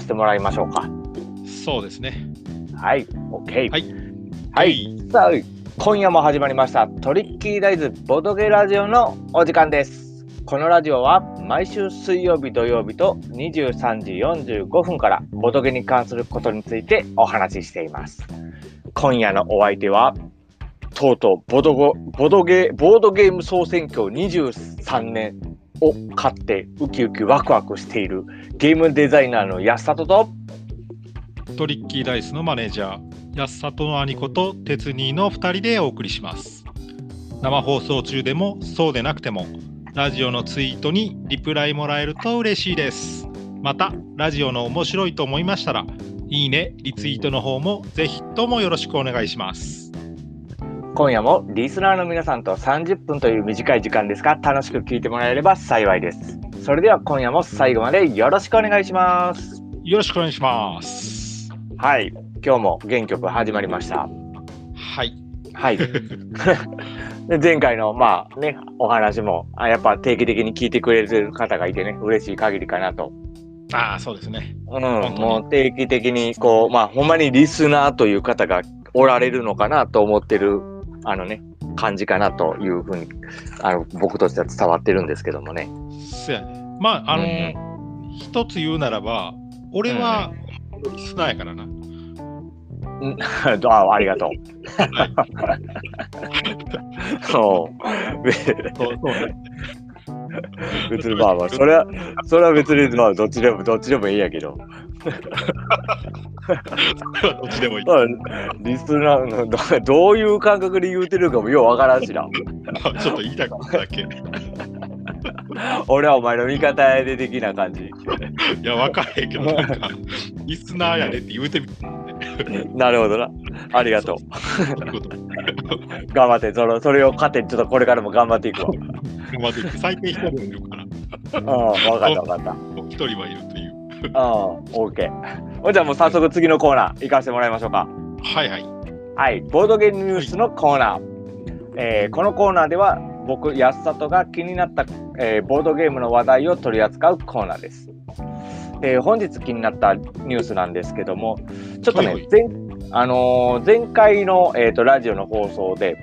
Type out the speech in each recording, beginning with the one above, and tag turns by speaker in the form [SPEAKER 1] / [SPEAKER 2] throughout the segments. [SPEAKER 1] してもらいましょうか。
[SPEAKER 2] そうですね。
[SPEAKER 1] はい、OK。
[SPEAKER 2] はい。
[SPEAKER 1] はい。さあ、今夜も始まりました、トリッキーライズボドゲラジオのお時間です。このラジオは毎週水曜日、土曜日と23時45分からボドゲに関することについてお話ししています。今夜のお相手は、とうとうボドゴボドゲボードゲーム総選挙23年を勝ってウキウキワクワクしているゲームデザイナーの安里と、
[SPEAKER 2] トリッキーダイスのマネージャー、安里の兄子と鉄兄の2人でお送りします。生放送中でもそうでなくても、ラジオのツイートにリプライもらえると嬉しいです。また、ラジオの面白いと思いましたら、いいね、リツイートの方もぜひともよろしくお願いします。
[SPEAKER 1] 今夜もリスナーの皆さんと30分という短い時間ですが楽しく聞いてもらえれば幸いですそれでは今夜も最後までよろしくお願いします
[SPEAKER 2] よろしくお願いします。
[SPEAKER 1] はい今日も原曲始まりました
[SPEAKER 2] はい。
[SPEAKER 1] はい で前回のまあねお話もあやっぱ定期的に聞いてくれてる方がいてね嬉しい限りかなと
[SPEAKER 2] ああ、そうですね。
[SPEAKER 1] うん、
[SPEAKER 2] 当に
[SPEAKER 1] もう定期的にこうまあほんまにリスナーという方がおられるのかなと思ってるあのね感じかなというふうにあの僕としては伝わってるんですけどもね。
[SPEAKER 2] そうやね。まあ、あの、
[SPEAKER 1] うん
[SPEAKER 2] 一つ言うならば、俺はリスナーやからな。
[SPEAKER 1] あありが とう。そうべ
[SPEAKER 2] そうそうね
[SPEAKER 1] 別にまあまあそれはそれは別にまあどっちでもどっちでもいいやけど、
[SPEAKER 2] どっちでもいい。
[SPEAKER 1] まあ、リスナーのどどういう感覚で言うてるかもようわからんしな
[SPEAKER 2] ちょっと言いたかっただけ。い
[SPEAKER 1] 俺はお前の味方やで的な感じ
[SPEAKER 2] や、わかれへんけど、なんか、リスナーやねって言うてみた
[SPEAKER 1] なるほどなありがとう
[SPEAKER 2] いこと。
[SPEAKER 1] 頑張ってそのそれを糧にちょっとこれからも頑張っていくわ
[SPEAKER 2] まず、最低一人はいるから、
[SPEAKER 1] うん分かった分かった
[SPEAKER 2] 一人はいるという。
[SPEAKER 1] うんオッケーほんじゃもう早速次のコーナー行かせてもらいましょうか
[SPEAKER 2] はいはい。
[SPEAKER 1] はい、ボードゲームニュースのコーナー。えーこのコーナーでは僕、安里が気になった、えーボードゲームの話題を取り扱うコーナーです。えー本日気になったニュースなんですけども、ちょっとね、
[SPEAKER 2] はいはい
[SPEAKER 1] 前あのー前回の、えー、とラジオの放送で、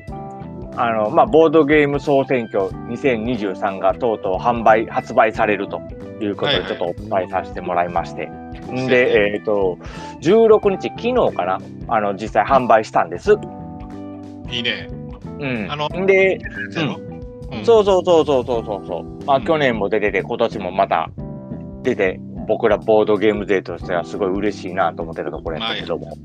[SPEAKER 1] あのまあ、ボードゲーム総選挙2023がとうとう販売発売されるということ
[SPEAKER 2] は
[SPEAKER 1] で
[SPEAKER 2] いはい
[SPEAKER 1] ちょっとお伝えさせてもらいまして、
[SPEAKER 2] ん
[SPEAKER 1] で、えー、と16日昨日かなあの実際販売したんです。
[SPEAKER 2] いいね。
[SPEAKER 1] うん、
[SPEAKER 2] あの
[SPEAKER 1] で、
[SPEAKER 2] うん
[SPEAKER 1] そうそうそうそうそうそうそう、まあ、
[SPEAKER 2] うん
[SPEAKER 1] 去年も出てて今年もまた出て僕らボードゲーム勢としてはすごい嬉しいなと思ってるところやったけども、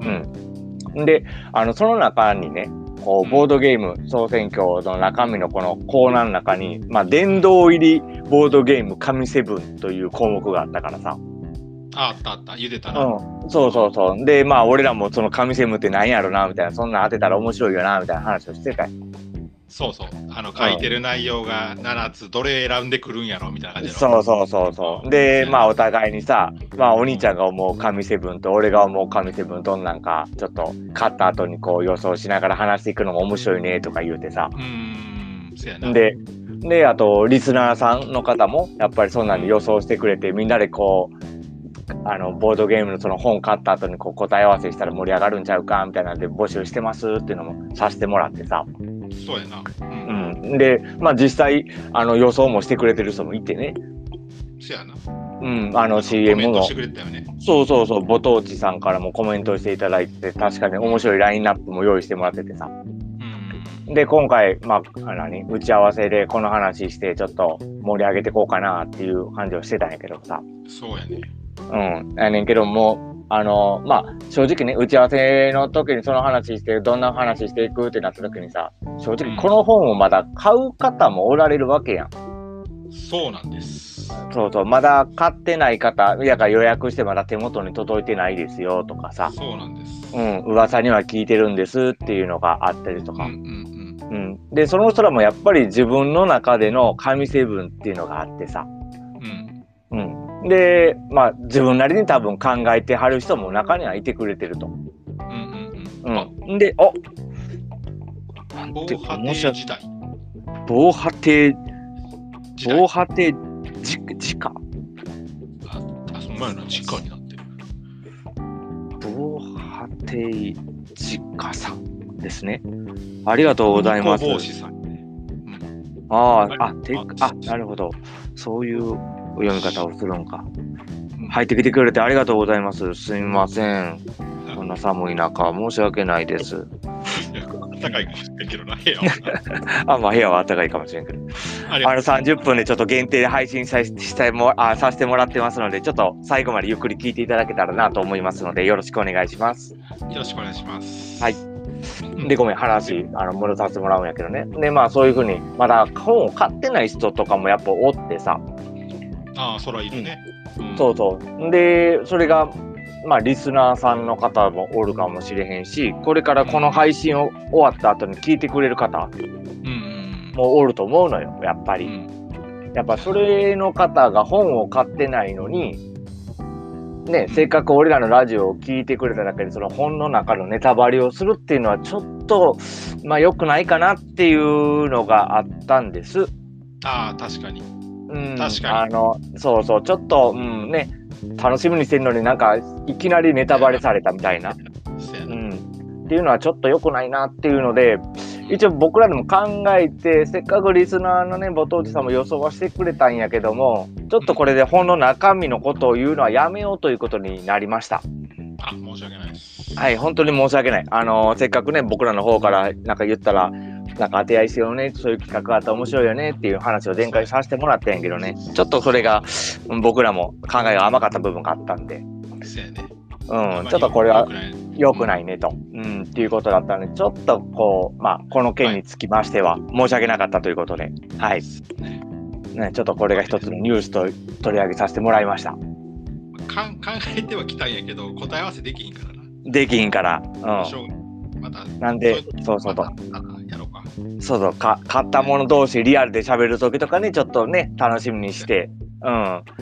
[SPEAKER 1] うん、であのその中にねこうボードゲーム総選挙の中身のこのコーナーの中に、まあ、殿堂入りボードゲーム神セブンという項目があったからさ、
[SPEAKER 2] ああったあった。言うてたな。
[SPEAKER 1] うん、そうそうそうでまあ俺らもその神セブンって何やろなみたいなそんなん当てたら面白いよなみたいな話をしてたよ
[SPEAKER 2] そうそう。あの、書いてる内容が7つ、どれ選んでくるんやろみたいな感じやろ
[SPEAKER 1] そうそうそうそう。で、まあお互いにさ、まあお兄ちゃんが思う神セブンと俺が思う神セブンどんなんか、ちょっと勝った後にこう予想しながら話していくのも面白いねとか言うてさ。
[SPEAKER 2] うーん、そうやな。
[SPEAKER 1] で、で、あとリスナーさんの方もやっぱりそんなんで予想してくれて、みんなでこう、あのボードゲームのその本買った後にこう答え合わせしたら盛り上がるんちゃうかみたいなんで募集してますっていうのもさせてもらってさ、
[SPEAKER 2] そうやな。
[SPEAKER 1] う
[SPEAKER 2] うん。
[SPEAKER 1] ん、でまあ実際あの予想もしてくれてる人もいてね、
[SPEAKER 2] そうやな。
[SPEAKER 1] うん、あの
[SPEAKER 2] コメ
[SPEAKER 1] CM
[SPEAKER 2] ント
[SPEAKER 1] も
[SPEAKER 2] してくれてたよね。
[SPEAKER 1] そうそうそう、ぼとうちさんからもコメントしていただいて、確かに面白いラインナップも用意してもらっててさ。
[SPEAKER 2] うん。
[SPEAKER 1] で、今回、まあ、何、打ち合わせでこの話して、ちょっと盛り上げてこうかなっていう感じをしてたんやけどさ。
[SPEAKER 2] そうやね。
[SPEAKER 1] うん。やねんけども、あの、まあ、正直ね、打ち合わせの時にその話して、どんな話していくってなった時にさ、正直この本をまだ買う方もおられるわけやん。
[SPEAKER 2] そうなんです。
[SPEAKER 1] そうそう、まだ買ってない方、いやが予約してまだ手元に届いてないですよとかさ。
[SPEAKER 2] そうなんです。
[SPEAKER 1] うん、噂には聞いてるんですっていうのがあったりと
[SPEAKER 2] うんう
[SPEAKER 1] か、
[SPEAKER 2] ん
[SPEAKER 1] うんでその人らもやっぱり自分の中での神成分っていうのがあってさ、
[SPEAKER 2] うんうん
[SPEAKER 1] うん、で、まあ、自分なりに多分考えてはる人も中にはいてくれてると、
[SPEAKER 2] うんうんうん。
[SPEAKER 1] うん、でお
[SPEAKER 2] あ
[SPEAKER 1] なん
[SPEAKER 2] 防
[SPEAKER 1] て
[SPEAKER 2] 波
[SPEAKER 1] 面白い
[SPEAKER 2] 堤時代。
[SPEAKER 1] 防波堤
[SPEAKER 2] 時代
[SPEAKER 1] 防波堤じ時間
[SPEAKER 2] あ、あその前の時間になっ
[SPEAKER 1] 防波堤地下さんですね。ありがとうございます。
[SPEAKER 2] 文庫帽子さんね
[SPEAKER 1] ああ、
[SPEAKER 2] あ
[SPEAKER 1] あ、て
[SPEAKER 2] あ
[SPEAKER 1] あ、なるほど。そういう読み方をするんか
[SPEAKER 2] う。ん
[SPEAKER 1] 入ってきてくれてありがとうございます。すみません。こんな寒い中、申し訳ないです。
[SPEAKER 2] 高いかもしれんけど な、部屋は。
[SPEAKER 1] あ、まあ部屋は暖かいかもしれんけど。
[SPEAKER 2] あれ
[SPEAKER 1] あの30分でちょっと限定で配信さしてもあさせてもらってますので、ちょっと最後までゆっくり聞いていただけたらなと思いますので、よろしくお願いします。
[SPEAKER 2] よろしくお願いします。
[SPEAKER 1] はい
[SPEAKER 2] うん。
[SPEAKER 1] で、ごめん、話、あの、戻させてもらうんやけどね。で、まあそういうふうに、まだ本を買ってない人とかもやっぱおってさ、
[SPEAKER 2] ああ、そらいるね。うん
[SPEAKER 1] そうそう。で、それが、まあ、リスナーさんの方もおるかもしれへんし、これからこの配信を終わった後に聞いてくれる方
[SPEAKER 2] うん
[SPEAKER 1] もおると思うのよ、やっぱ
[SPEAKER 2] うんう
[SPEAKER 1] り。
[SPEAKER 2] ん。
[SPEAKER 1] やっぱそれの方が本を買ってないのに、ね、せっかく俺らのラジオを聞いてくれただけで、その本の中のネタバレをするっていうのは、ちょっと、まあ、良くないかなっていうのがあったんです。
[SPEAKER 2] ああ、確かに。
[SPEAKER 1] うん
[SPEAKER 2] 確かに
[SPEAKER 1] あのそうそうちょっと、うん、ね楽しみにしてるのになんかいきなりネタバレされたみたいな、
[SPEAKER 2] せや
[SPEAKER 1] う、
[SPEAKER 2] なん
[SPEAKER 1] っていうのはちょっと良くないなっていうので一応僕らでも考えてせっかくリスナーのねご当地さんも予想はしてくれたんやけどもちょっとこれで本の中身のことを言うのはやめようということになりました
[SPEAKER 2] あ、申し訳ないです。
[SPEAKER 1] はい本当に申し訳ないあのせっかくね僕らの方からなんか言ったらなんか当て合いしようねそういう企画があったら面白いよねっていう話を前回させてもらったんやけどねちょっとそれがうん僕らも考えが甘かった部分があったんで、
[SPEAKER 2] せやね。
[SPEAKER 1] うん、ちょっとこれ
[SPEAKER 2] 良
[SPEAKER 1] は
[SPEAKER 2] くない
[SPEAKER 1] 良くないねと、うん、っていうことだったのでちょっとこう、まあ、この件につきましては申し訳なかったということで、はい
[SPEAKER 2] ね
[SPEAKER 1] ね、ちょっとこれが一つのニュースと取り上げさせてもらいました
[SPEAKER 2] かん考えてはきたんやけど、答え合わせできひんからな。
[SPEAKER 1] できひんから、
[SPEAKER 2] し
[SPEAKER 1] う
[SPEAKER 2] ょうがないまた、
[SPEAKER 1] ん、なんでそうそうと
[SPEAKER 2] またまたやろうか。
[SPEAKER 1] そうそうか買ったもの同士リアルで喋る時とかねちょっとね楽しみにして、う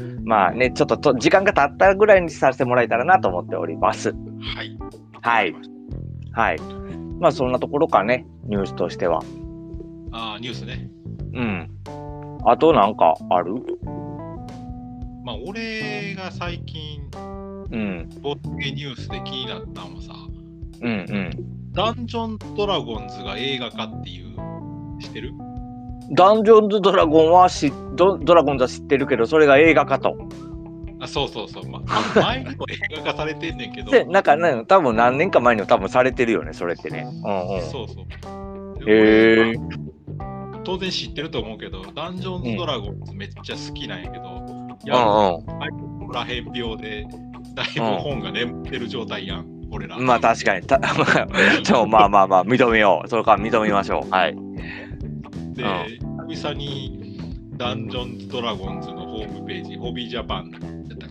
[SPEAKER 1] ん、まあねちょっとと時間が経ったぐらいにさせてもらえたらなと思っております
[SPEAKER 2] はい。
[SPEAKER 1] はい。はいまあそんなところかねニュースとしては
[SPEAKER 2] ああ、ニュースね。
[SPEAKER 1] うんあとなんかある
[SPEAKER 2] まあ、俺が最近、
[SPEAKER 1] うん
[SPEAKER 2] ボッケニュースで気になったのはさ、
[SPEAKER 1] うんうん
[SPEAKER 2] ダンジョンドラゴンズが映画化っていう、知ってる
[SPEAKER 1] ダンジョンズ・ドラゴンはしドドラゴンズは知ってるけどそれが映画化と
[SPEAKER 2] あそうそうそう、まあ、 多分前にも映画化されてんねんけど、
[SPEAKER 1] でなんかね多分何年か前にも多分されてるよねそれってねうんうん
[SPEAKER 2] そうそう。
[SPEAKER 1] へえ
[SPEAKER 2] 当然知ってると思うけど、ダンジョンズ・ドラゴンズめっちゃ好きなんやけど、
[SPEAKER 1] う
[SPEAKER 2] やっ
[SPEAKER 1] ん
[SPEAKER 2] ぱらへん病で、だいぶ本が眠ってる状態やん、俺ら。
[SPEAKER 1] うんまあ確かにた そうまあまあまあ認めようそれから認めましょうはい
[SPEAKER 2] で、久々にダンジョンズ・ドラゴンズのホームページ、ホビージャパンだったっ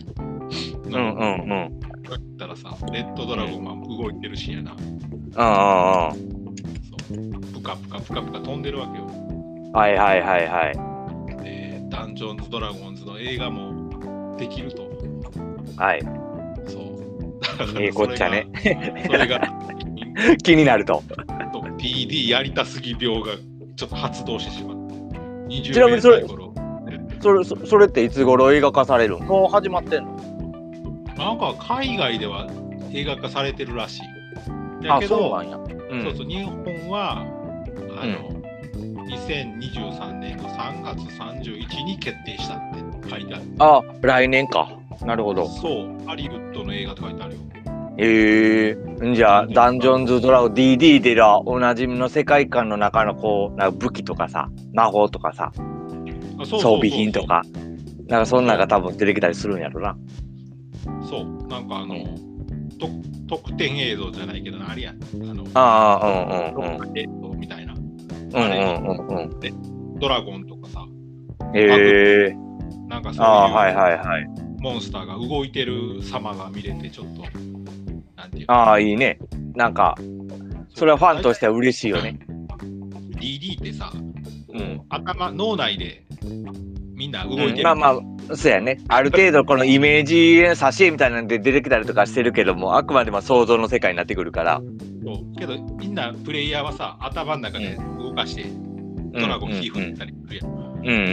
[SPEAKER 1] う
[SPEAKER 2] け
[SPEAKER 1] んうんうんうん
[SPEAKER 2] だったらさ、レッドドラゴンは動いてるしやな。
[SPEAKER 1] うんうん
[SPEAKER 2] そうぷかぷかぷかぷか飛んでるわけよ。
[SPEAKER 1] はいはいはいはい
[SPEAKER 2] で、ダンジョンズ・ドラゴンズの映画もできると。
[SPEAKER 1] はい
[SPEAKER 2] そう。
[SPEAKER 1] ええこっちゃね。
[SPEAKER 2] それが、
[SPEAKER 1] 気になると
[SPEAKER 2] と PD やりたすぎ病がちょっと発動してしまって。20
[SPEAKER 1] ちなみにそれ
[SPEAKER 2] 年代頃
[SPEAKER 1] それそそれっていつ頃映画化されるんもう始まってんの
[SPEAKER 2] なんか海外では映画化されてるらしい。だ
[SPEAKER 1] あ
[SPEAKER 2] け
[SPEAKER 1] そう
[SPEAKER 2] ど、
[SPEAKER 1] なんやう
[SPEAKER 2] そうそ
[SPEAKER 1] ん
[SPEAKER 2] う日本は、あの、2023年の3月31日に決定したって書いてある。
[SPEAKER 1] あ来年かなるほど
[SPEAKER 2] そう、ハリウッドの映画って書いてあるよ。
[SPEAKER 1] ええじゃあ、ダンジョンズ・ドラゴン DD でらおなじみの世界観の中のこう、なんか武器とかさ、魔法とかさ、
[SPEAKER 2] あそうそうそう
[SPEAKER 1] 装
[SPEAKER 2] そう
[SPEAKER 1] 備品と。か、なんかそんなんが多分出てきたりするんやろな。
[SPEAKER 2] そう、なんかあの、
[SPEAKER 1] う
[SPEAKER 2] と特典映像じゃないけど、あれやん。あの、
[SPEAKER 1] ああ、うんうんうん。
[SPEAKER 2] 特典映像みたいな。
[SPEAKER 1] うんうんうんうん。
[SPEAKER 2] ドラゴンとかさ、
[SPEAKER 1] ええ
[SPEAKER 2] なんか
[SPEAKER 1] ああ、はい
[SPEAKER 2] そう
[SPEAKER 1] はいいはい。
[SPEAKER 2] うモンスターが動いてる様が見れて、ちょっと、なんていうか、
[SPEAKER 1] ああ、いいね。なんか、それはファンとしては嬉しいよね。
[SPEAKER 2] DD ってさ、
[SPEAKER 1] うん。
[SPEAKER 2] 頭、脳内でみんな動いてる、
[SPEAKER 1] うん、まあまあ、そうやね。ある程度このイメージ挿絵みたいなんで出てきたりとかしてるけども、あくまでも想像の世界になってくるから。
[SPEAKER 2] そうけど、みんなプレイヤーはさ、頭の中で動かして、ドラゴン火
[SPEAKER 1] うんうん
[SPEAKER 2] 吹いたりするやん。
[SPEAKER 1] うんうんうんう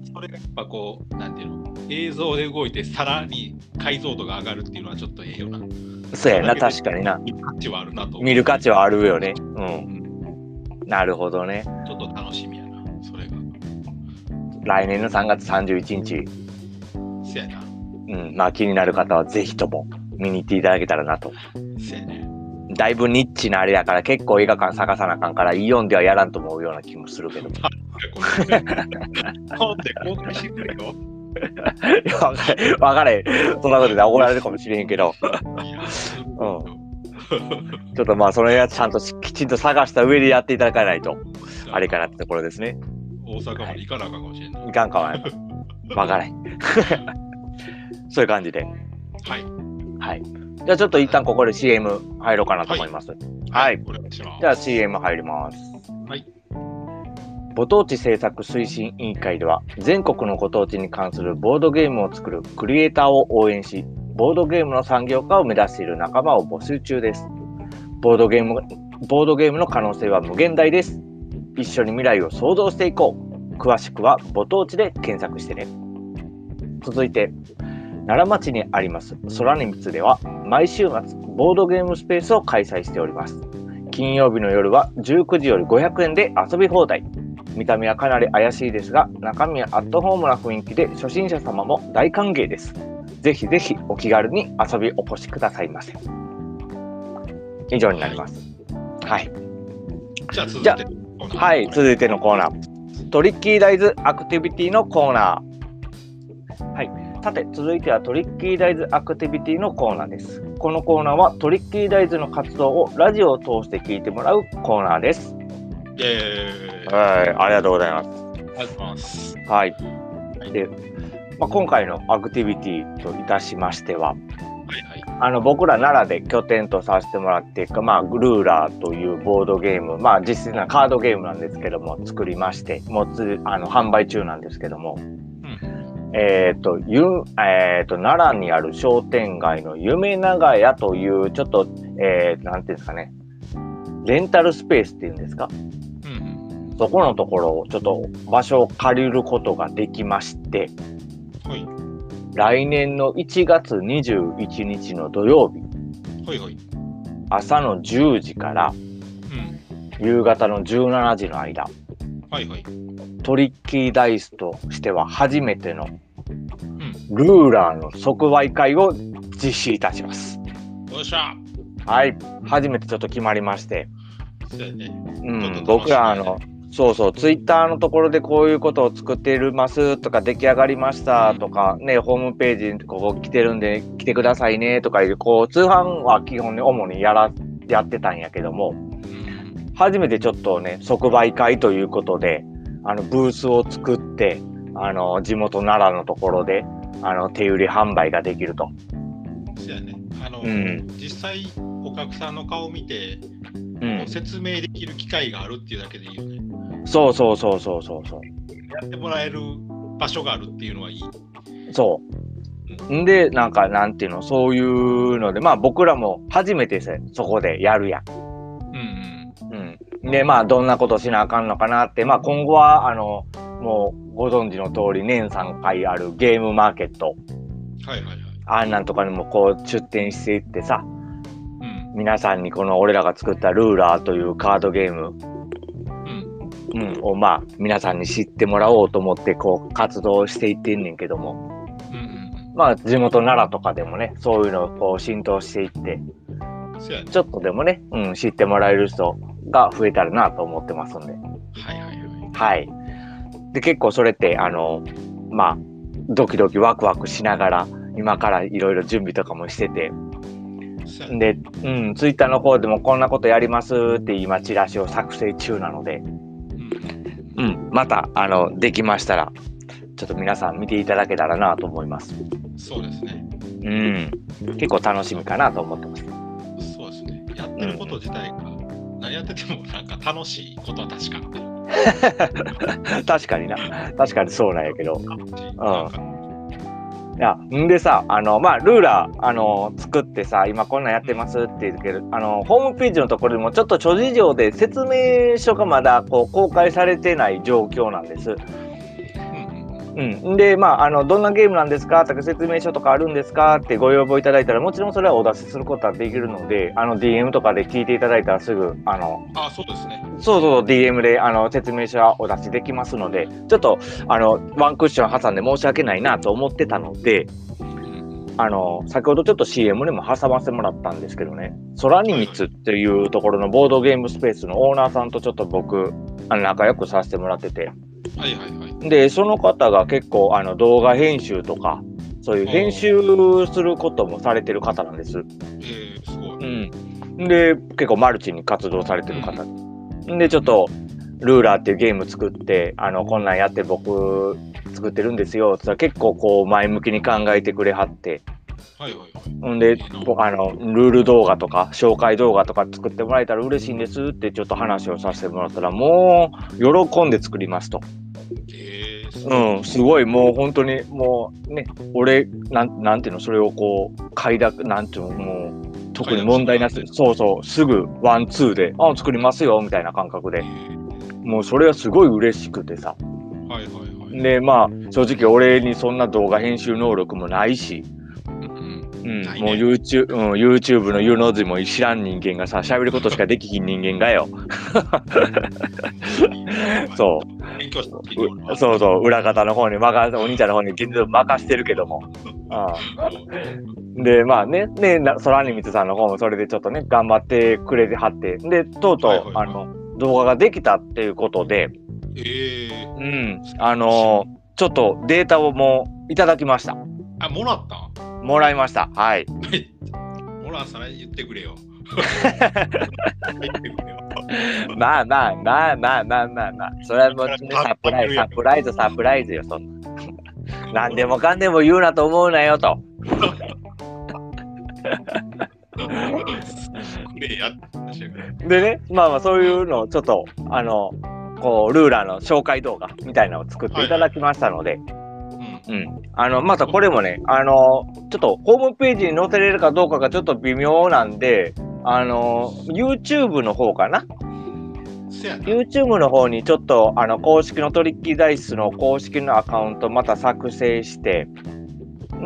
[SPEAKER 1] ん。
[SPEAKER 2] それがやっぱこう、なんていうの、映像で動いて、さらに解像度が上がるっていうのはちょっとええよな。
[SPEAKER 1] そうやな、確かにな。
[SPEAKER 2] 見る価値はあるなと思う
[SPEAKER 1] 見る価値はあるよね。う。
[SPEAKER 2] うんん
[SPEAKER 1] なるほどね。
[SPEAKER 2] ちょっと楽しみやな、それが。
[SPEAKER 1] 来年の3月31日、
[SPEAKER 2] せやな、
[SPEAKER 1] うん、まあ気になる方はぜひとも見に行っていただけたらなと。
[SPEAKER 2] せやね。
[SPEAKER 1] だいぶニッチなあれやから結構映画館探さなあかんからイオンではやらんと思うような気もするけど。い
[SPEAKER 2] これ日本で公開してくれよ。
[SPEAKER 1] や、わかれ、わかれ。そんなことで怒られるかもしれんけど。
[SPEAKER 2] いや
[SPEAKER 1] ちょっとまあその辺はちゃんとしきちんと探した上でやっていただかないと、あれかなってところですね。
[SPEAKER 2] 大阪まで行かなあかんかもしれんない。
[SPEAKER 1] いかんかは、わからない。 そういう感じで。
[SPEAKER 2] はい。
[SPEAKER 1] はい。じゃあちょっと一旦ここで CM 入ろうかなと思います。はい。
[SPEAKER 2] お願いします。
[SPEAKER 1] じゃあ CM 入ります。
[SPEAKER 2] はい。
[SPEAKER 1] ご当地政策推進委員会では、全国のご当地に関するボードゲームを作るクリエイターを応援し、ボードゲームの産業化を目指している仲間を募集中です。ボードゲーム、ボードゲームの可能性は無限大です。一緒に未来を創造していこう。詳しくは、ご当地で検索してね。続いて、奈良町にあります空につでは、毎週末、ボードゲームスペースを開催しております。金曜日の夜は19時より500円で遊び放題。見た目はかなり怪しいですが、中身はアットホームな雰囲気で初心者様も大歓迎です。ぜひぜひお気軽に遊びお越しくださいませ。以上になります。はい。
[SPEAKER 2] じゃあ続い
[SPEAKER 1] じゃあ
[SPEAKER 2] てコーナー。
[SPEAKER 1] はい、続いてのコーナー。トリッキーダイズアクティビティのコーナー。はい。さて、続いてはトリッキーダイズアクティビティのコーナーです。このコーナーはトリッキーダイズの活動をラジオを通して聞いてもらうコーナーです。
[SPEAKER 2] イエーイあ
[SPEAKER 1] はい、ありがとうございます。
[SPEAKER 2] りがとうございます。
[SPEAKER 1] はい。で、まあ、今回のアクティビティといたしましては、
[SPEAKER 2] はいはい。
[SPEAKER 1] あの僕ら奈良で拠点とさせてもらってか、まあ、ルーラーというボードゲーム、まあ、実質なカードゲームなんですけども作りましてもうつあの販売中なんですけども、えっ、とゆ、えー、と奈良にある商店街の夢長屋というちょっと、えー、なんていうんですかねレンタルスペースっていうんですか
[SPEAKER 2] うん。
[SPEAKER 1] そこのところをちょっと場所を借りることができまして
[SPEAKER 2] はい。
[SPEAKER 1] 来年の1月21日の土曜日
[SPEAKER 2] はいはい。
[SPEAKER 1] 朝の10時から
[SPEAKER 2] うん。
[SPEAKER 1] 夕方の17時の間
[SPEAKER 2] はいはい。
[SPEAKER 1] トリッキーダイスとしては初めての
[SPEAKER 2] うん。
[SPEAKER 1] ルーラーの即売会を実施いたします
[SPEAKER 2] よっしゃ
[SPEAKER 1] はい初めてちょっと決まりまして、
[SPEAKER 2] せやね。
[SPEAKER 1] う
[SPEAKER 2] ちょっと楽しみだね
[SPEAKER 1] ん、僕らあのそうそうツイッターのところでこういうことを作っていますとか出来上がりましたとかねホームページにここ来てるんで来てくださいねとかいうこう通販は基本に主にやらやってたんやけども、
[SPEAKER 2] うん。
[SPEAKER 1] 初めてちょっとね即売会ということであのブースを作ってあの地元奈良のところであの手売り販売ができると
[SPEAKER 2] せやね。あの、
[SPEAKER 1] うん
[SPEAKER 2] 実際お客さんの顔を見て、
[SPEAKER 1] う
[SPEAKER 2] こ
[SPEAKER 1] ん
[SPEAKER 2] う説明できる機会があるっていうだけでいいよね。
[SPEAKER 1] そうそうそうそうそうそ
[SPEAKER 2] やってもらえる場所があるっていうのはいい。
[SPEAKER 1] うそううんでなんかなんていうのそういうのでまあ僕らも初めてせそこでやるやん
[SPEAKER 2] うん
[SPEAKER 1] うん、でまあどんなことしなあかんのかなって、まあ、今後はあのもうご存知の通り年3回あるゲームマーケット
[SPEAKER 2] うん。はいはいはい。
[SPEAKER 1] あんなんとかにもこう出店していってさ
[SPEAKER 2] うん。
[SPEAKER 1] 皆さんにこの俺らが作ったルーラーというカードゲーム、
[SPEAKER 2] うん。
[SPEAKER 1] うん、をまあ皆さんに知ってもらおうと思ってこう活動していってんねんけども
[SPEAKER 2] うん。
[SPEAKER 1] まあ地元奈良とかでもねそういうのをこう浸透していって
[SPEAKER 2] うん。せやね。
[SPEAKER 1] ちょっとでもね、うん、知ってもらえる人が増えたらなと思ってますんで
[SPEAKER 2] はいはいはい。
[SPEAKER 1] はいで結構それってあのまあドキドキワクワクしながら今からいろいろ準備とかもしてて
[SPEAKER 2] せやね。
[SPEAKER 1] で、うん、ツイッターの方でもこんなことやりますって今チラシを作成中なので
[SPEAKER 2] うん。
[SPEAKER 1] うん、またあのできましたらちょっと皆さん見ていただけたらなと思います。
[SPEAKER 2] そうですね。
[SPEAKER 1] うん、結構楽しみかなと思ってます。
[SPEAKER 2] そうですね。やってること自体が、何やっててもなんか楽しいことは確か。
[SPEAKER 1] 確かにな、確かにそうなんやけど。
[SPEAKER 2] 楽しい。
[SPEAKER 1] いやんでさ、あのまあルーラーあの作ってさ、今こんなんやってますって言うけど、あのホームページのところでもちょっと諸事情で説明書がまだこう公開されてない状況なんです。
[SPEAKER 2] うんうんうん。
[SPEAKER 1] うん、で、まあ、あのどんなゲームなんですかとか説明書とかあるんですかってご要望いただいたらもちろんそれはお出しすることはできるのであの DM とかで聞いていただいたらすぐあの
[SPEAKER 2] あそうですね。
[SPEAKER 1] そうそう DM であの説明書はお出しできますのでちょっとあのワンクッション挟んで申し訳ないなと思ってたので
[SPEAKER 2] うん
[SPEAKER 1] あの先ほどちょっと CM でも挟ませてもらったんですけどね「空に蜜」っていうところのボードゲームスペースのオーナーさんとちょっと僕あの仲良くさせてもらってて
[SPEAKER 2] はいはいはい。
[SPEAKER 1] でその方が結構あの動画編集とかそういう編集することもされてる方なんです。
[SPEAKER 2] えー、すごい。
[SPEAKER 1] うん、で結構マルチに活動されてる方、でちょっと「ルーラー」っていうゲーム作ってあのこんなんやって僕作ってるんですよつったら結構こう前向きに考えてくれはって
[SPEAKER 2] はいはいはい。
[SPEAKER 1] んでぼあのルール動画とか紹介動画とか作ってもらえたら嬉しいんですってちょっと話をさせてもらったらもう喜んで作りますと。
[SPEAKER 2] えー、すごい。
[SPEAKER 1] うん、すごいもう本当にもうね俺なんなんていうのそれをこう快諾なんていうのもう特に問題なく
[SPEAKER 2] 快諾
[SPEAKER 1] そうそうすぐワンツーで「あ作りますよ」みたいな感覚
[SPEAKER 2] え
[SPEAKER 1] で
[SPEAKER 2] ー
[SPEAKER 1] もうそれはすごい嬉しくてさ
[SPEAKER 2] はいはいはい。
[SPEAKER 1] でまあ正直俺にそんな動画編集能力もないし、
[SPEAKER 2] うん
[SPEAKER 1] うん
[SPEAKER 2] ないね。
[SPEAKER 1] もう YouTube,、うん、YouTube の有能人も知らん人間がさ喋ることしかできひん人間がよそう
[SPEAKER 2] 勉強した時に俺は
[SPEAKER 1] そうそう裏方の方に任せお兄ちゃんの方に現状任してるけど も。ああで、まあね、ね、な空に光さんの方もそれでちょっとね、頑張ってくれてはって、で、とうとう、
[SPEAKER 2] はいはいは
[SPEAKER 1] あ
[SPEAKER 2] い
[SPEAKER 1] の、動画ができたっていうことで、
[SPEAKER 2] えー、
[SPEAKER 1] うん、あのーちょっとデータをもういただきました。
[SPEAKER 2] あ、もらったん
[SPEAKER 1] もらいました。はい。
[SPEAKER 2] はいもらったら言ってくれ よ。言ってくれよ。
[SPEAKER 1] まあまあまあまあまあまあまあ、それはもうね、サプライズ、サプライズ、サプライズよ、そんな。なんでもかんでも言うなと思うなよと。
[SPEAKER 2] くれやって話やから
[SPEAKER 1] でね、まあまあそういうのをちょっと、あの、こう、ルーラーの紹介動画みたいなのを作っていただきましたので、
[SPEAKER 2] うん
[SPEAKER 1] うん、あのまたこれもねあのちょっとホームページに載せれるかどうかがちょっと微妙なんであの YouTube の方かな
[SPEAKER 2] せやな。
[SPEAKER 1] YouTube の方にちょっとあの公式のトリッキーダイスの公式のアカウントまた作成して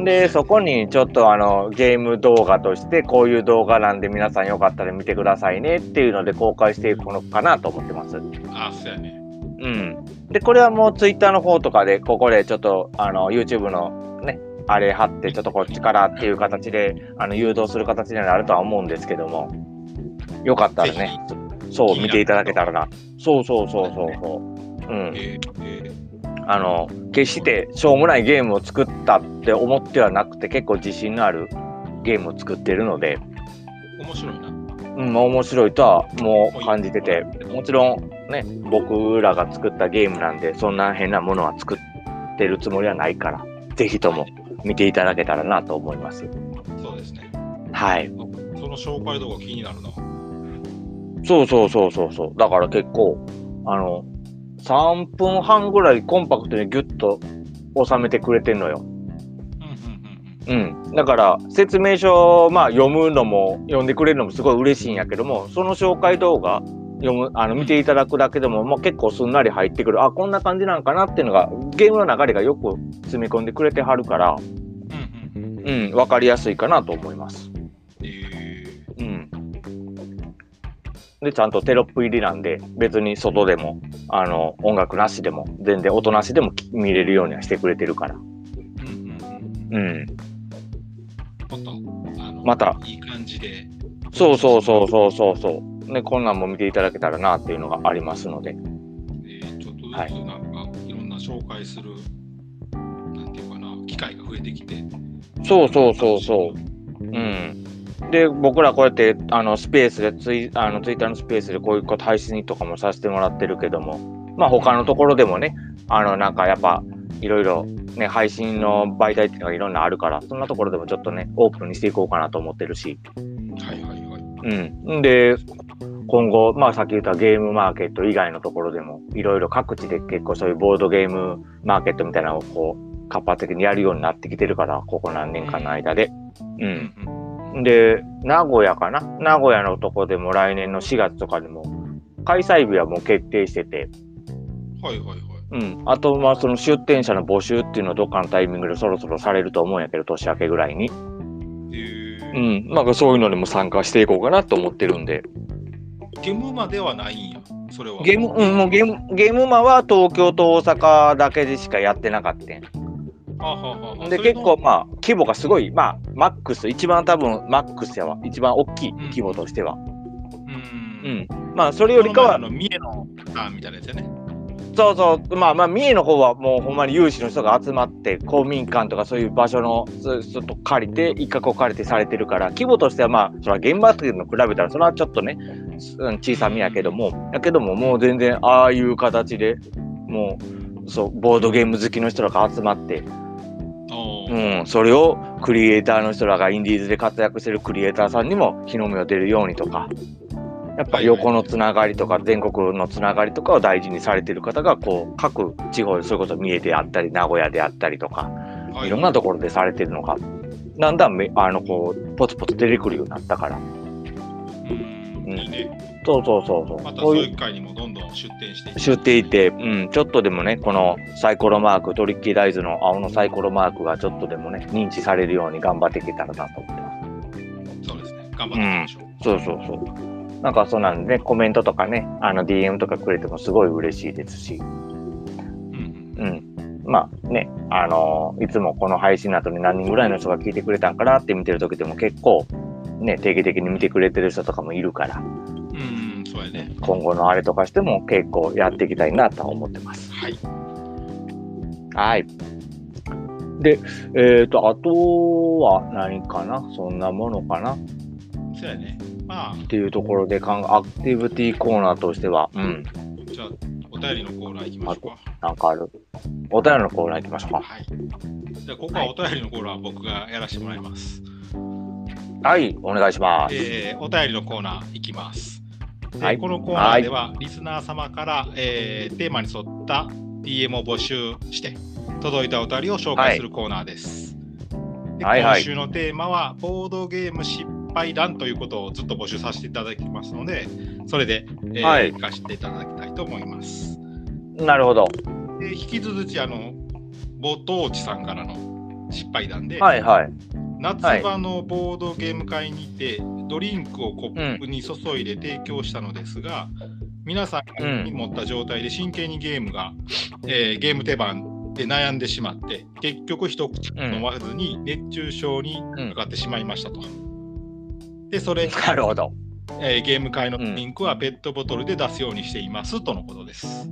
[SPEAKER 1] でそこにちょっとあのゲーム動画としてこういう動画なんで皆さんよかったら見てくださいねっていうので公開していくのかなと思ってます。
[SPEAKER 2] あ、せやね。
[SPEAKER 1] うん、でこれはもうツイッターの方とかでここでちょっとあの YouTube のねあれ貼ってちょっとこっちからっていう形であの誘導する形にはなるとは思うんですけどもよかったらねそう見ていただけたらなそうそうそうそうそううん
[SPEAKER 2] えーえ
[SPEAKER 1] あの決してしょうもないゲームを作ったって思ってはなくて結構自信のあるゲームを作ってるので、
[SPEAKER 2] ー面白いな。
[SPEAKER 1] うん、面白いとはもう感じててもちろんね僕らが作ったゲームなんでそんな変なものは作ってるつもりはないからぜひとも見ていただけたらなと思います
[SPEAKER 2] そうですね。
[SPEAKER 1] はい
[SPEAKER 2] その紹介動画気になるな。
[SPEAKER 1] そうそうそうそうそうだから結構あの3分半ぐらいコンパクトにギュッと収めてくれてんのよ
[SPEAKER 2] うんうん
[SPEAKER 1] うん、だから説明書、まあ、読むのも読んでくれるのもすごい嬉しいんやけどもその紹介動画読むあの見ていただくだけでも、まあ、結構すんなり入ってくるあこんな感じなんかなっていうのがゲームの流れがよく詰め込んでくれてはるから、
[SPEAKER 2] うん。うんうんうん。
[SPEAKER 1] うん、分かりやすいかなと思います。
[SPEAKER 2] え
[SPEAKER 1] うん、でちゃんとテロップ入りなんで別に外でもあの音楽なしでも全然音なしでもき見れるようにはしてくれてるから。
[SPEAKER 2] ーうんうんうん
[SPEAKER 1] うん
[SPEAKER 2] もっとあの
[SPEAKER 1] また
[SPEAKER 2] いい感じで。
[SPEAKER 1] そうそうそうそうそうそう。ね、こんなんも見ていただけたらなっていうのがありますので。
[SPEAKER 2] えーちょっとずつ
[SPEAKER 1] はい
[SPEAKER 2] なんか、い、ろんな紹介する、なんていうかな、機会が増えてきて。
[SPEAKER 1] そうそうそうそう。うん。で、僕らこうやって、あの、スペースでツイ、あの、ツイッターのスペースでこういうこと配信とかもさせてもらってるけども、まあ他のところでもね、あの、なんかやっぱ、いろいろ、ね、配信の媒体っていうのがいろんなあるから、そんなところでもちょっとね、オープンにしていこうかなと思ってるし。
[SPEAKER 2] はいはいはい。
[SPEAKER 1] うん。で、今後、まあさっき言ったゲームマーケット以外のところでも、いろいろ各地で結構そういうボードゲームマーケットみたいなのをこう、活発的にやるようになってきてるから、ここ何年かの間で。うん。で、名古屋かな名古屋のとこでも来年の4月とかでも、開催日はもう決定してて、
[SPEAKER 2] はいはいはい。
[SPEAKER 1] うん、あと、まあ、その出店者の募集っていうのはどっかのタイミングでそろそろされると思うんやけど、年明けぐらいに。
[SPEAKER 2] っていうう、
[SPEAKER 1] ん、なんかそういうのにも参加していこうかなと思ってるんで。
[SPEAKER 2] ゲームまではないんや、それは。
[SPEAKER 1] ゲーム、うん、もうゲーム、ゲームマは東京と大阪だけでしかやってなかったん
[SPEAKER 2] はあはあはあ
[SPEAKER 1] で
[SPEAKER 2] それ
[SPEAKER 1] 結
[SPEAKER 2] の
[SPEAKER 1] 構まあ規模がすごいまあマックス一番多分マックスやわ一番大きい規模としては、
[SPEAKER 2] うん
[SPEAKER 1] うんまあそれよりかは
[SPEAKER 2] この前の三重のターンみたいなやつやね。
[SPEAKER 1] そうそうまあまあ三重の方はもうほんまに有志の人が集まって公民館とかそういう場所のそうちょっと借りて一角を借りてされてるから規模としてはまあそれは現場っていうの比べたらそれはちょっとねうん小さみやけどもやけどももう全然ああいう形でもうそうボードゲーム好きの人らが集まって
[SPEAKER 2] おー
[SPEAKER 1] うん、それをクリエイターの人らがインディーズで活躍してるクリエイターさんにも日の目を出るようにとかやっぱ横のつながりとか全国のつながりとかを大事にされてる方がこう各地方でそれこそ三重であったり名古屋であったりとか
[SPEAKER 2] はい
[SPEAKER 1] ろんなところでされてるのがだんだんめあのこうポツポツ出てくるようになったから
[SPEAKER 2] うん
[SPEAKER 1] うん
[SPEAKER 2] いいね。
[SPEAKER 1] そうそうそうそう,、
[SPEAKER 2] また
[SPEAKER 1] こ
[SPEAKER 2] そうう
[SPEAKER 1] いう
[SPEAKER 2] いう機会にもどんどん出店していって
[SPEAKER 1] 知っていて、うん、ちょっとでもねこのサイコロマークトリッキーダイズの青のサイコロマークがちょっとでもね認知されるように頑張っていけたらなと思ってます。
[SPEAKER 2] そうですね。頑張っていきましょう。
[SPEAKER 1] そうそうそう。なんかそうなんで、ね、コメントとかね、あの DM とかくれてもすごい嬉しいですし、
[SPEAKER 2] うん
[SPEAKER 1] うん。まあね、あのーいつもこの配信の後に何人ぐらいの人が聞いてくれたんかなって見てる時でも結構、ね、定期的に見てくれてる人とかもいるから、
[SPEAKER 2] うん、うん、そうやね。
[SPEAKER 1] 今後のあれとかしても結構やっていきたいなとは思ってます。
[SPEAKER 2] はい。
[SPEAKER 1] はい。で、えっ、と、あとは何かなそんなものかな
[SPEAKER 2] そうやね。まあ
[SPEAKER 1] っ、ていうところで、かんアクティビティコーナーとしては、うん、
[SPEAKER 2] じゃあ、お便りのコーナー行きましょう
[SPEAKER 1] なんかある。お便りのコーナー行きましょう
[SPEAKER 2] か。
[SPEAKER 1] か。
[SPEAKER 2] はい。じゃあ、ここはお便りのコーナーは僕がやらせてもらいます。
[SPEAKER 1] はい、お願いします。
[SPEAKER 2] えーお便りのコーナー行きます。えー
[SPEAKER 1] はい
[SPEAKER 2] このコーナーでは、リスナー様から、えーテーマに沿った DM を募集して、届いたお便りを紹介するコーナーです。で
[SPEAKER 1] はいはい
[SPEAKER 2] 今週のテーマは、ボードゲーム失敗談ということをずっと募集させていただきますので、それで、えー
[SPEAKER 1] はい
[SPEAKER 2] 活かしていただきたいと思います。
[SPEAKER 1] なるほど。
[SPEAKER 2] で引き続き、あの、冒頭地さんからの失敗談で、
[SPEAKER 1] はいはい。
[SPEAKER 2] 夏場のボードゲーム会にて、ドリンクをコップに注いで提供したのですが、皆さんが手に持った状態で真剣にゲームが、えーゲーム手番で悩んでしまって結局一口も飲まずに熱中症にかかってしまいましたと。でそれ、
[SPEAKER 1] なるほど。
[SPEAKER 2] えーゲーム会のドリンクはペットボトルで出すようにしています、とのことです。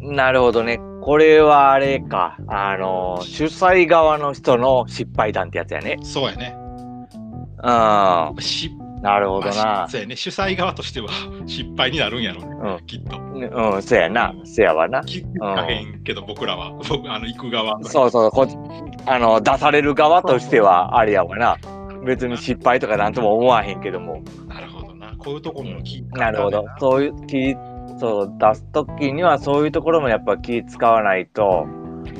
[SPEAKER 1] なるほどね。これはあれか。あの、主催側の人の失敗談ってやつやね。
[SPEAKER 2] そうやね。
[SPEAKER 1] うん。な
[SPEAKER 2] 失
[SPEAKER 1] るほど
[SPEAKER 2] 敗、
[SPEAKER 1] な。
[SPEAKER 2] そうやね。主催側としては失敗になるんやろうね、
[SPEAKER 1] う
[SPEAKER 2] きっと。
[SPEAKER 1] ん。うん、そやな。そやわな。
[SPEAKER 2] 聞かへんけど、僕らは、 僕、あの、行く側。
[SPEAKER 1] そうそう、こあの、出される側としてはあれやわな。別に失敗とかなんとも思わへんけども。
[SPEAKER 2] なるほどな。こういうところも聞いて
[SPEAKER 1] なるほど。そういう気、そう、出すときにはそういうところもやっぱ気使わないと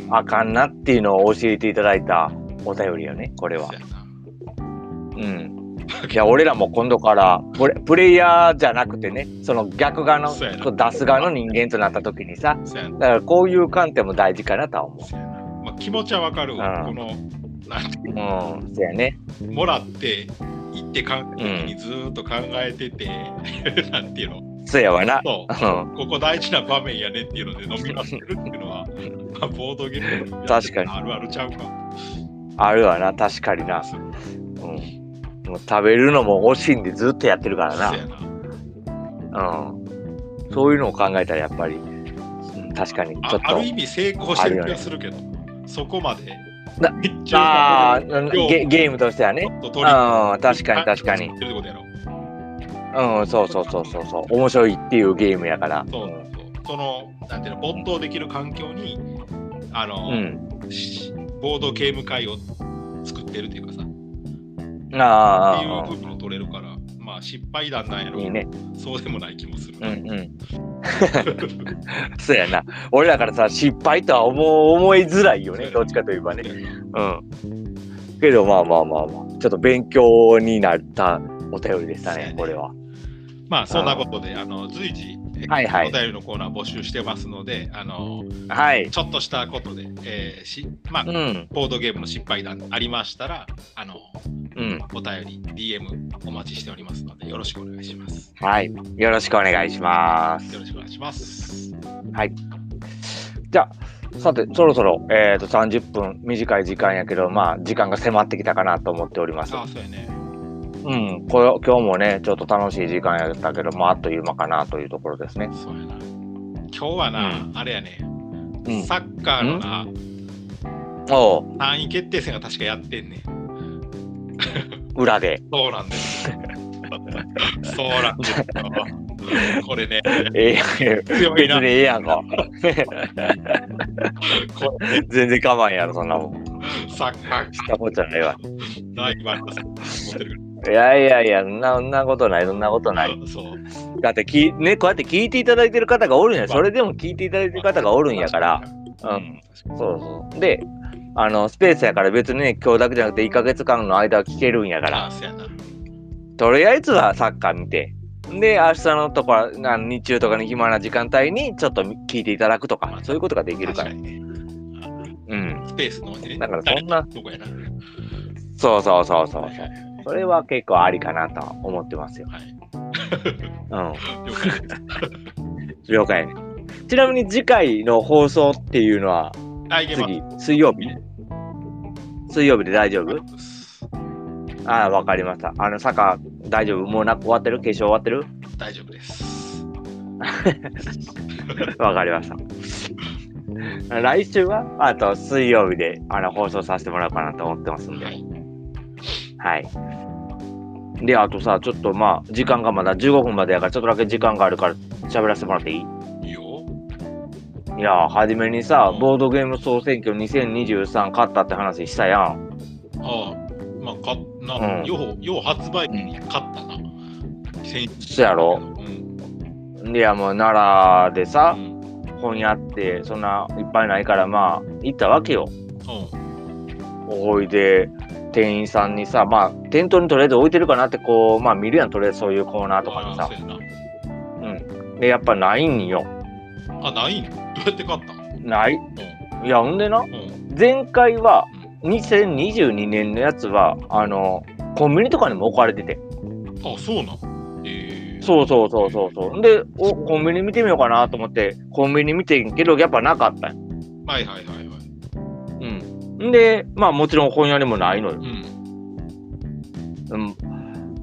[SPEAKER 1] あかんなっていうのを教えていただいたお便りよね、これは
[SPEAKER 2] そう。やな
[SPEAKER 1] うん。 いや、俺らも今度からプレ、プレイヤーじゃなくてね、その逆側の、
[SPEAKER 2] そうやな
[SPEAKER 1] こう出す側の人間となったときにさ、
[SPEAKER 2] そうやな。
[SPEAKER 1] だからこういう観点も大事かなとは思
[SPEAKER 2] そうやなまあ、気持ちはわかるわ。
[SPEAKER 1] う
[SPEAKER 2] こ
[SPEAKER 1] ん。
[SPEAKER 2] の、なんていう
[SPEAKER 1] うん、そうやね。
[SPEAKER 2] うのもらって、行って考えた時にずーっと考えてて、なんていう の。
[SPEAKER 1] そうやわな。
[SPEAKER 2] そうう。
[SPEAKER 1] ん。
[SPEAKER 2] ここ大事な場面やねっていうので飲み忘れるっていうの は、まあ、ボードゲームの
[SPEAKER 1] 確かに
[SPEAKER 2] あるあるちゃうか。
[SPEAKER 1] あるわな、確かにな。
[SPEAKER 2] そう
[SPEAKER 1] うん。もう食べるのも惜しんでずっとやってるからな。
[SPEAKER 2] そうやな。
[SPEAKER 1] うん、そういうのを考えたらやっぱり、うん確かにちょ
[SPEAKER 2] あ
[SPEAKER 1] っ
[SPEAKER 2] あ
[SPEAKER 1] と
[SPEAKER 2] る意味成功してる気がするけど、そこまで
[SPEAKER 1] な。
[SPEAKER 2] めっち
[SPEAKER 1] あ
[SPEAKER 2] ゃ
[SPEAKER 1] あゲゲームとしてはね
[SPEAKER 2] ちょっと
[SPEAKER 1] うん
[SPEAKER 2] 取り
[SPEAKER 1] 確かに確かに
[SPEAKER 2] やってるってことやろ
[SPEAKER 1] うんそうそうそうそうそう面白いっていうゲームやから
[SPEAKER 2] そうそうそのなんていうの没頭できる環境にあの、
[SPEAKER 1] うん
[SPEAKER 2] しボードゲーム会を作ってるというかさって
[SPEAKER 1] うんあ
[SPEAKER 2] いう
[SPEAKER 1] あ
[SPEAKER 2] 部分を取れるからまあ失敗談なんやろう
[SPEAKER 1] い
[SPEAKER 2] け
[SPEAKER 1] い
[SPEAKER 2] ど
[SPEAKER 1] ね
[SPEAKER 2] そうでもない気もする、
[SPEAKER 1] うんうん そうやな俺らからさ失敗とは思う思いづらいよねどっちかといえばねうんけどまあまあまあまあちょっと勉強になったお便りでした
[SPEAKER 2] そうや
[SPEAKER 1] ね
[SPEAKER 2] ね
[SPEAKER 1] これは
[SPEAKER 2] まあそんなことであの随時えー
[SPEAKER 1] はいはい
[SPEAKER 2] お便りのコーナー募集してますので、あの
[SPEAKER 1] はい。
[SPEAKER 2] ちょっとしたことで、えーしまあ、
[SPEAKER 1] うん。
[SPEAKER 2] ボードゲームの失敗談ありましたら、あの
[SPEAKER 1] うん。
[SPEAKER 2] お便り、DM お待ちしておりますので、よろしくお願いします。
[SPEAKER 1] はい。よろしくお願いします
[SPEAKER 2] よ。ろしくお願いします。
[SPEAKER 1] じゃあ、さて、そろそろ、えっ、と、30分、短い時間やけど、まあ、時間が迫ってきたかなと思っております。
[SPEAKER 2] ああ、そうやね。
[SPEAKER 1] うん。これ今日もね、ちょっと楽しい時間やったけど、まあ、あっという間かなというところですね。
[SPEAKER 2] そうやな。今日はな、あれやね、
[SPEAKER 1] うん。
[SPEAKER 2] サッカーのな、
[SPEAKER 1] おう
[SPEAKER 2] 単位決定戦が確かやってんねん。
[SPEAKER 1] 裏で。
[SPEAKER 2] そうな んですよ。そうなんですよ。これね、
[SPEAKER 1] ええや ん
[SPEAKER 2] 強い
[SPEAKER 1] 別
[SPEAKER 2] な
[SPEAKER 1] に。ええやんか。
[SPEAKER 2] これ
[SPEAKER 1] 全然我慢やろ、そんなもん。
[SPEAKER 2] サッカーし
[SPEAKER 1] したことじゃないわ。
[SPEAKER 2] たいわ。持ってる
[SPEAKER 1] いやいやいや、そんなそんなことない、そんなこと
[SPEAKER 2] か
[SPEAKER 1] ない。
[SPEAKER 2] ら。そう。
[SPEAKER 1] だってき、ね、こうやって聞いていただいてる方がおるんや。それでも聞いていただいてる方がおるんやから。。うん。そうそう。で、あの、スペースやから別にね、今日だけじゃなくて1ヶ月間の間は聞けるんやか、
[SPEAKER 2] からら、そうやな。
[SPEAKER 1] とりあえずはサッカー見て、で、明日のとか、あの日中とかの暇な時間帯にちょっと聞いていただくとか、そういうことができる
[SPEAKER 2] 確
[SPEAKER 1] か。
[SPEAKER 2] からにね。
[SPEAKER 1] うん。
[SPEAKER 2] スペースのね。
[SPEAKER 1] だからそんな
[SPEAKER 2] どこやな。
[SPEAKER 1] そうそうそうそう。
[SPEAKER 2] はいはい
[SPEAKER 1] それは結構ありかなと思ってますよ。
[SPEAKER 2] はい。
[SPEAKER 1] うん。
[SPEAKER 2] 了解です。
[SPEAKER 1] 了解。ちなみに次回の放送っていうのは、
[SPEAKER 2] あ、いけま
[SPEAKER 1] 次、水曜日水曜日で大丈夫
[SPEAKER 2] す。
[SPEAKER 1] ああ、わかりました。あの、サッカー大丈夫もうな終わってる化粧終わってる
[SPEAKER 2] 大丈夫です。
[SPEAKER 1] わかりました。 来週は、あと水曜日であの放送させてもらおうかなと思ってますんで。
[SPEAKER 2] はい。
[SPEAKER 1] はい。で、あとさ、ちょっとまあ、時間がまだ15分までやから、ちょっとだけ時間があるから喋らせてもらっていい
[SPEAKER 2] いいよ。
[SPEAKER 1] いやー、初めにさ
[SPEAKER 2] う、ん
[SPEAKER 1] ボードゲーム総選挙2023勝ったって話したやん。
[SPEAKER 2] ああ、まあ、か
[SPEAKER 1] う
[SPEAKER 2] な、
[SPEAKER 1] ん
[SPEAKER 2] よう、よう発売日に勝ったな。先
[SPEAKER 1] そやろ
[SPEAKER 2] うん。
[SPEAKER 1] いや、もう奈良でさ
[SPEAKER 2] う、ん。うん
[SPEAKER 1] 本屋ってそんないっぱいないから、まあ、行ったわけよ。おいで店員さんにさまあ店頭にとりあえず置いてるかなってこうまあ見るやんとりあえずそういうコーナーとかに
[SPEAKER 2] あ
[SPEAKER 1] さ
[SPEAKER 2] ー、そうや
[SPEAKER 1] でやっぱないんよ
[SPEAKER 2] な。あ、ないんどうやって勝ったん
[SPEAKER 1] ないいやほんでな
[SPEAKER 2] うん。うん。
[SPEAKER 1] 前回は2022年のやつはあのコンビニとかにも置かれてて
[SPEAKER 2] あ、そうなん。ええ
[SPEAKER 1] そうそうそうそうそうでおコンビニ見てみようかなと思ってコンビニ見てんけどやっぱなかったんよ
[SPEAKER 2] はいはいはいはい。
[SPEAKER 1] うんんでまあもちろん本屋にもないのよ、
[SPEAKER 2] うん。
[SPEAKER 1] うん、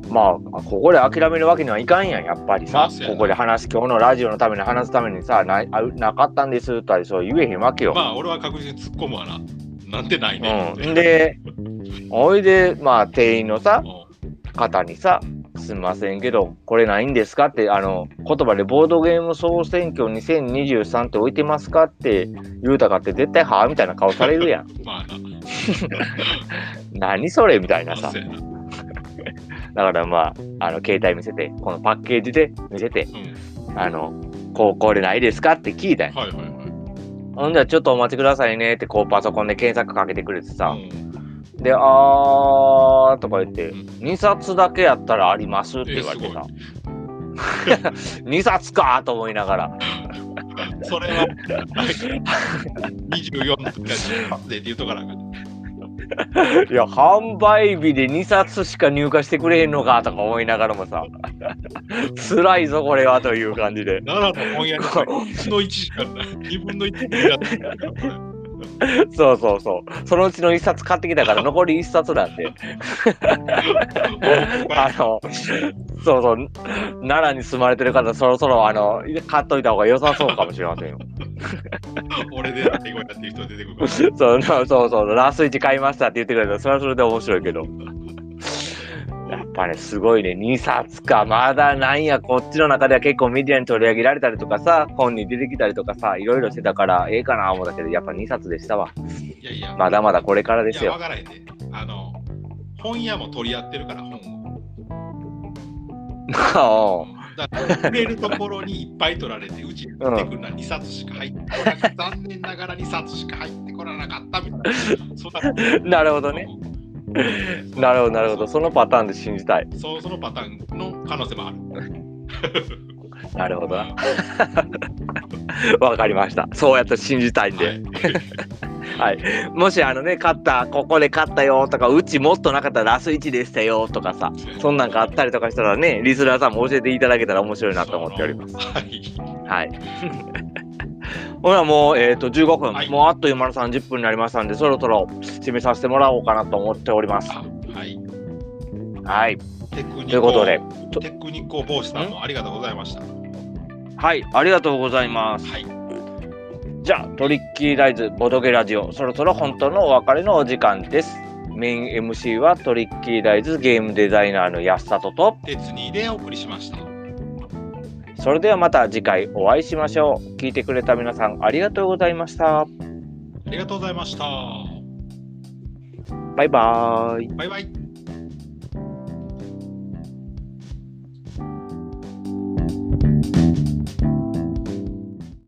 [SPEAKER 1] まあここで諦めるわけにはいかんやんやっぱり
[SPEAKER 2] ま
[SPEAKER 1] さ
[SPEAKER 2] あそうやな
[SPEAKER 1] ここで話今日のラジオのために話すためにさないあなかったんですとはそう言えへんわけよ。
[SPEAKER 2] まあ、俺は確実に突っ込むわな。なんでないね。
[SPEAKER 1] うん、でおいでまあ店員のさ
[SPEAKER 2] う
[SPEAKER 1] 方にさ「すんませんけどこれないんですか?」ってあの言葉で「ボードゲーム総選挙2023って置いてますか?」って言うたかって絶対「はあ?」みたいな顔される やん
[SPEAKER 2] ん。まあな。
[SPEAKER 1] 何それみたいな
[SPEAKER 2] ま
[SPEAKER 1] さ
[SPEAKER 2] あそうやな。うん。
[SPEAKER 1] だからまああの携帯見せてこのパッケージで見せてあの、こう、これないですかって聞いたよ。
[SPEAKER 2] はいはいはい。
[SPEAKER 1] ほんじゃ、ちょっとお待ちくださいねって、こう、パソコンで検索かけてくれてさ。
[SPEAKER 2] うん
[SPEAKER 1] で、あーとか言って、
[SPEAKER 2] うん
[SPEAKER 1] 2冊だけやったらありますって言われてさ。2 冊かーと思いながら。
[SPEAKER 2] それは、なんか24とか18でって言うとかなんかん。
[SPEAKER 1] いや、販売日で2冊しか入荷してくれへんのかとか思いながらもさ。 辛いぞ、これはという感じで。
[SPEAKER 2] 奈良の本屋に1の1しかない。2分の1になってるからこれ
[SPEAKER 1] そうそうそう。そのうちの1冊買ってきたから、残り1冊なん で。あの、そうそう、奈良に住まれてる方、そろそろあの買っといた方が良さそうかもしれませんよ。
[SPEAKER 2] 俺で最後やっていう人出てくるから。
[SPEAKER 1] そうそうそうそう、ラスイチ買いましたって言ってくれたら、それはそれで面白いけど。 やっぱね、すごいね、2冊か、まだなんや、こっちの中では結構メディアに取り上げられたりとかさ、本に出てきたりとかさ、いろいろしてたから、ええかな思ったけど、やっぱ2冊でしたわ。
[SPEAKER 2] いやいや、
[SPEAKER 1] まだまだこれからです
[SPEAKER 2] いや、わ
[SPEAKER 1] よ。
[SPEAKER 2] からへんで。あの、本屋も取り合ってるから、本を。
[SPEAKER 1] おう
[SPEAKER 2] だから、売れるところにいっぱい取られて、うちに出てくるのは2冊しか入ってこなかった。残念ながら2冊しか入ってこらなかったみたいな。そんな
[SPEAKER 1] なるほどね。なるほど、なるほど。そのパターンで信じたい。
[SPEAKER 2] そうそのパターンの可能性もある。
[SPEAKER 1] なるほどな。
[SPEAKER 2] は
[SPEAKER 1] わかりました。そうやって信じたいんで。
[SPEAKER 2] い、
[SPEAKER 1] もしあのね、勝った、ここで勝ったよとか、うちもっとなかったらラス1でしたよとかさ、そんなんがあったりとかしたらね、リスナーさんも教えていただけたら面白いなと思っております。
[SPEAKER 2] す。はい。
[SPEAKER 1] はい。 ほらもう、えー、と15分、
[SPEAKER 2] はい
[SPEAKER 1] もうあっという間の30分になりましたんでそろそろ締めさせてもらおうかなと思っております。
[SPEAKER 2] あはい。
[SPEAKER 1] はい、
[SPEAKER 2] テクニコ
[SPEAKER 1] ということでと
[SPEAKER 2] テクニコ帽子さんもありがとうございました。は
[SPEAKER 1] はい、ありがとうございます。
[SPEAKER 2] い。
[SPEAKER 1] じゃあトリッキーライズボドゲラジオそろそろ本当のお別れのお時間です。メイン MC はトリッキーライズゲームデザイナーの安里と
[SPEAKER 2] 鉄にでお送りしました。
[SPEAKER 1] それではまた次回お会いしましょう。聞いてくれた皆さんありがとうございました。
[SPEAKER 2] ありがとうございました。
[SPEAKER 1] バイバーイ。
[SPEAKER 2] バイバイ。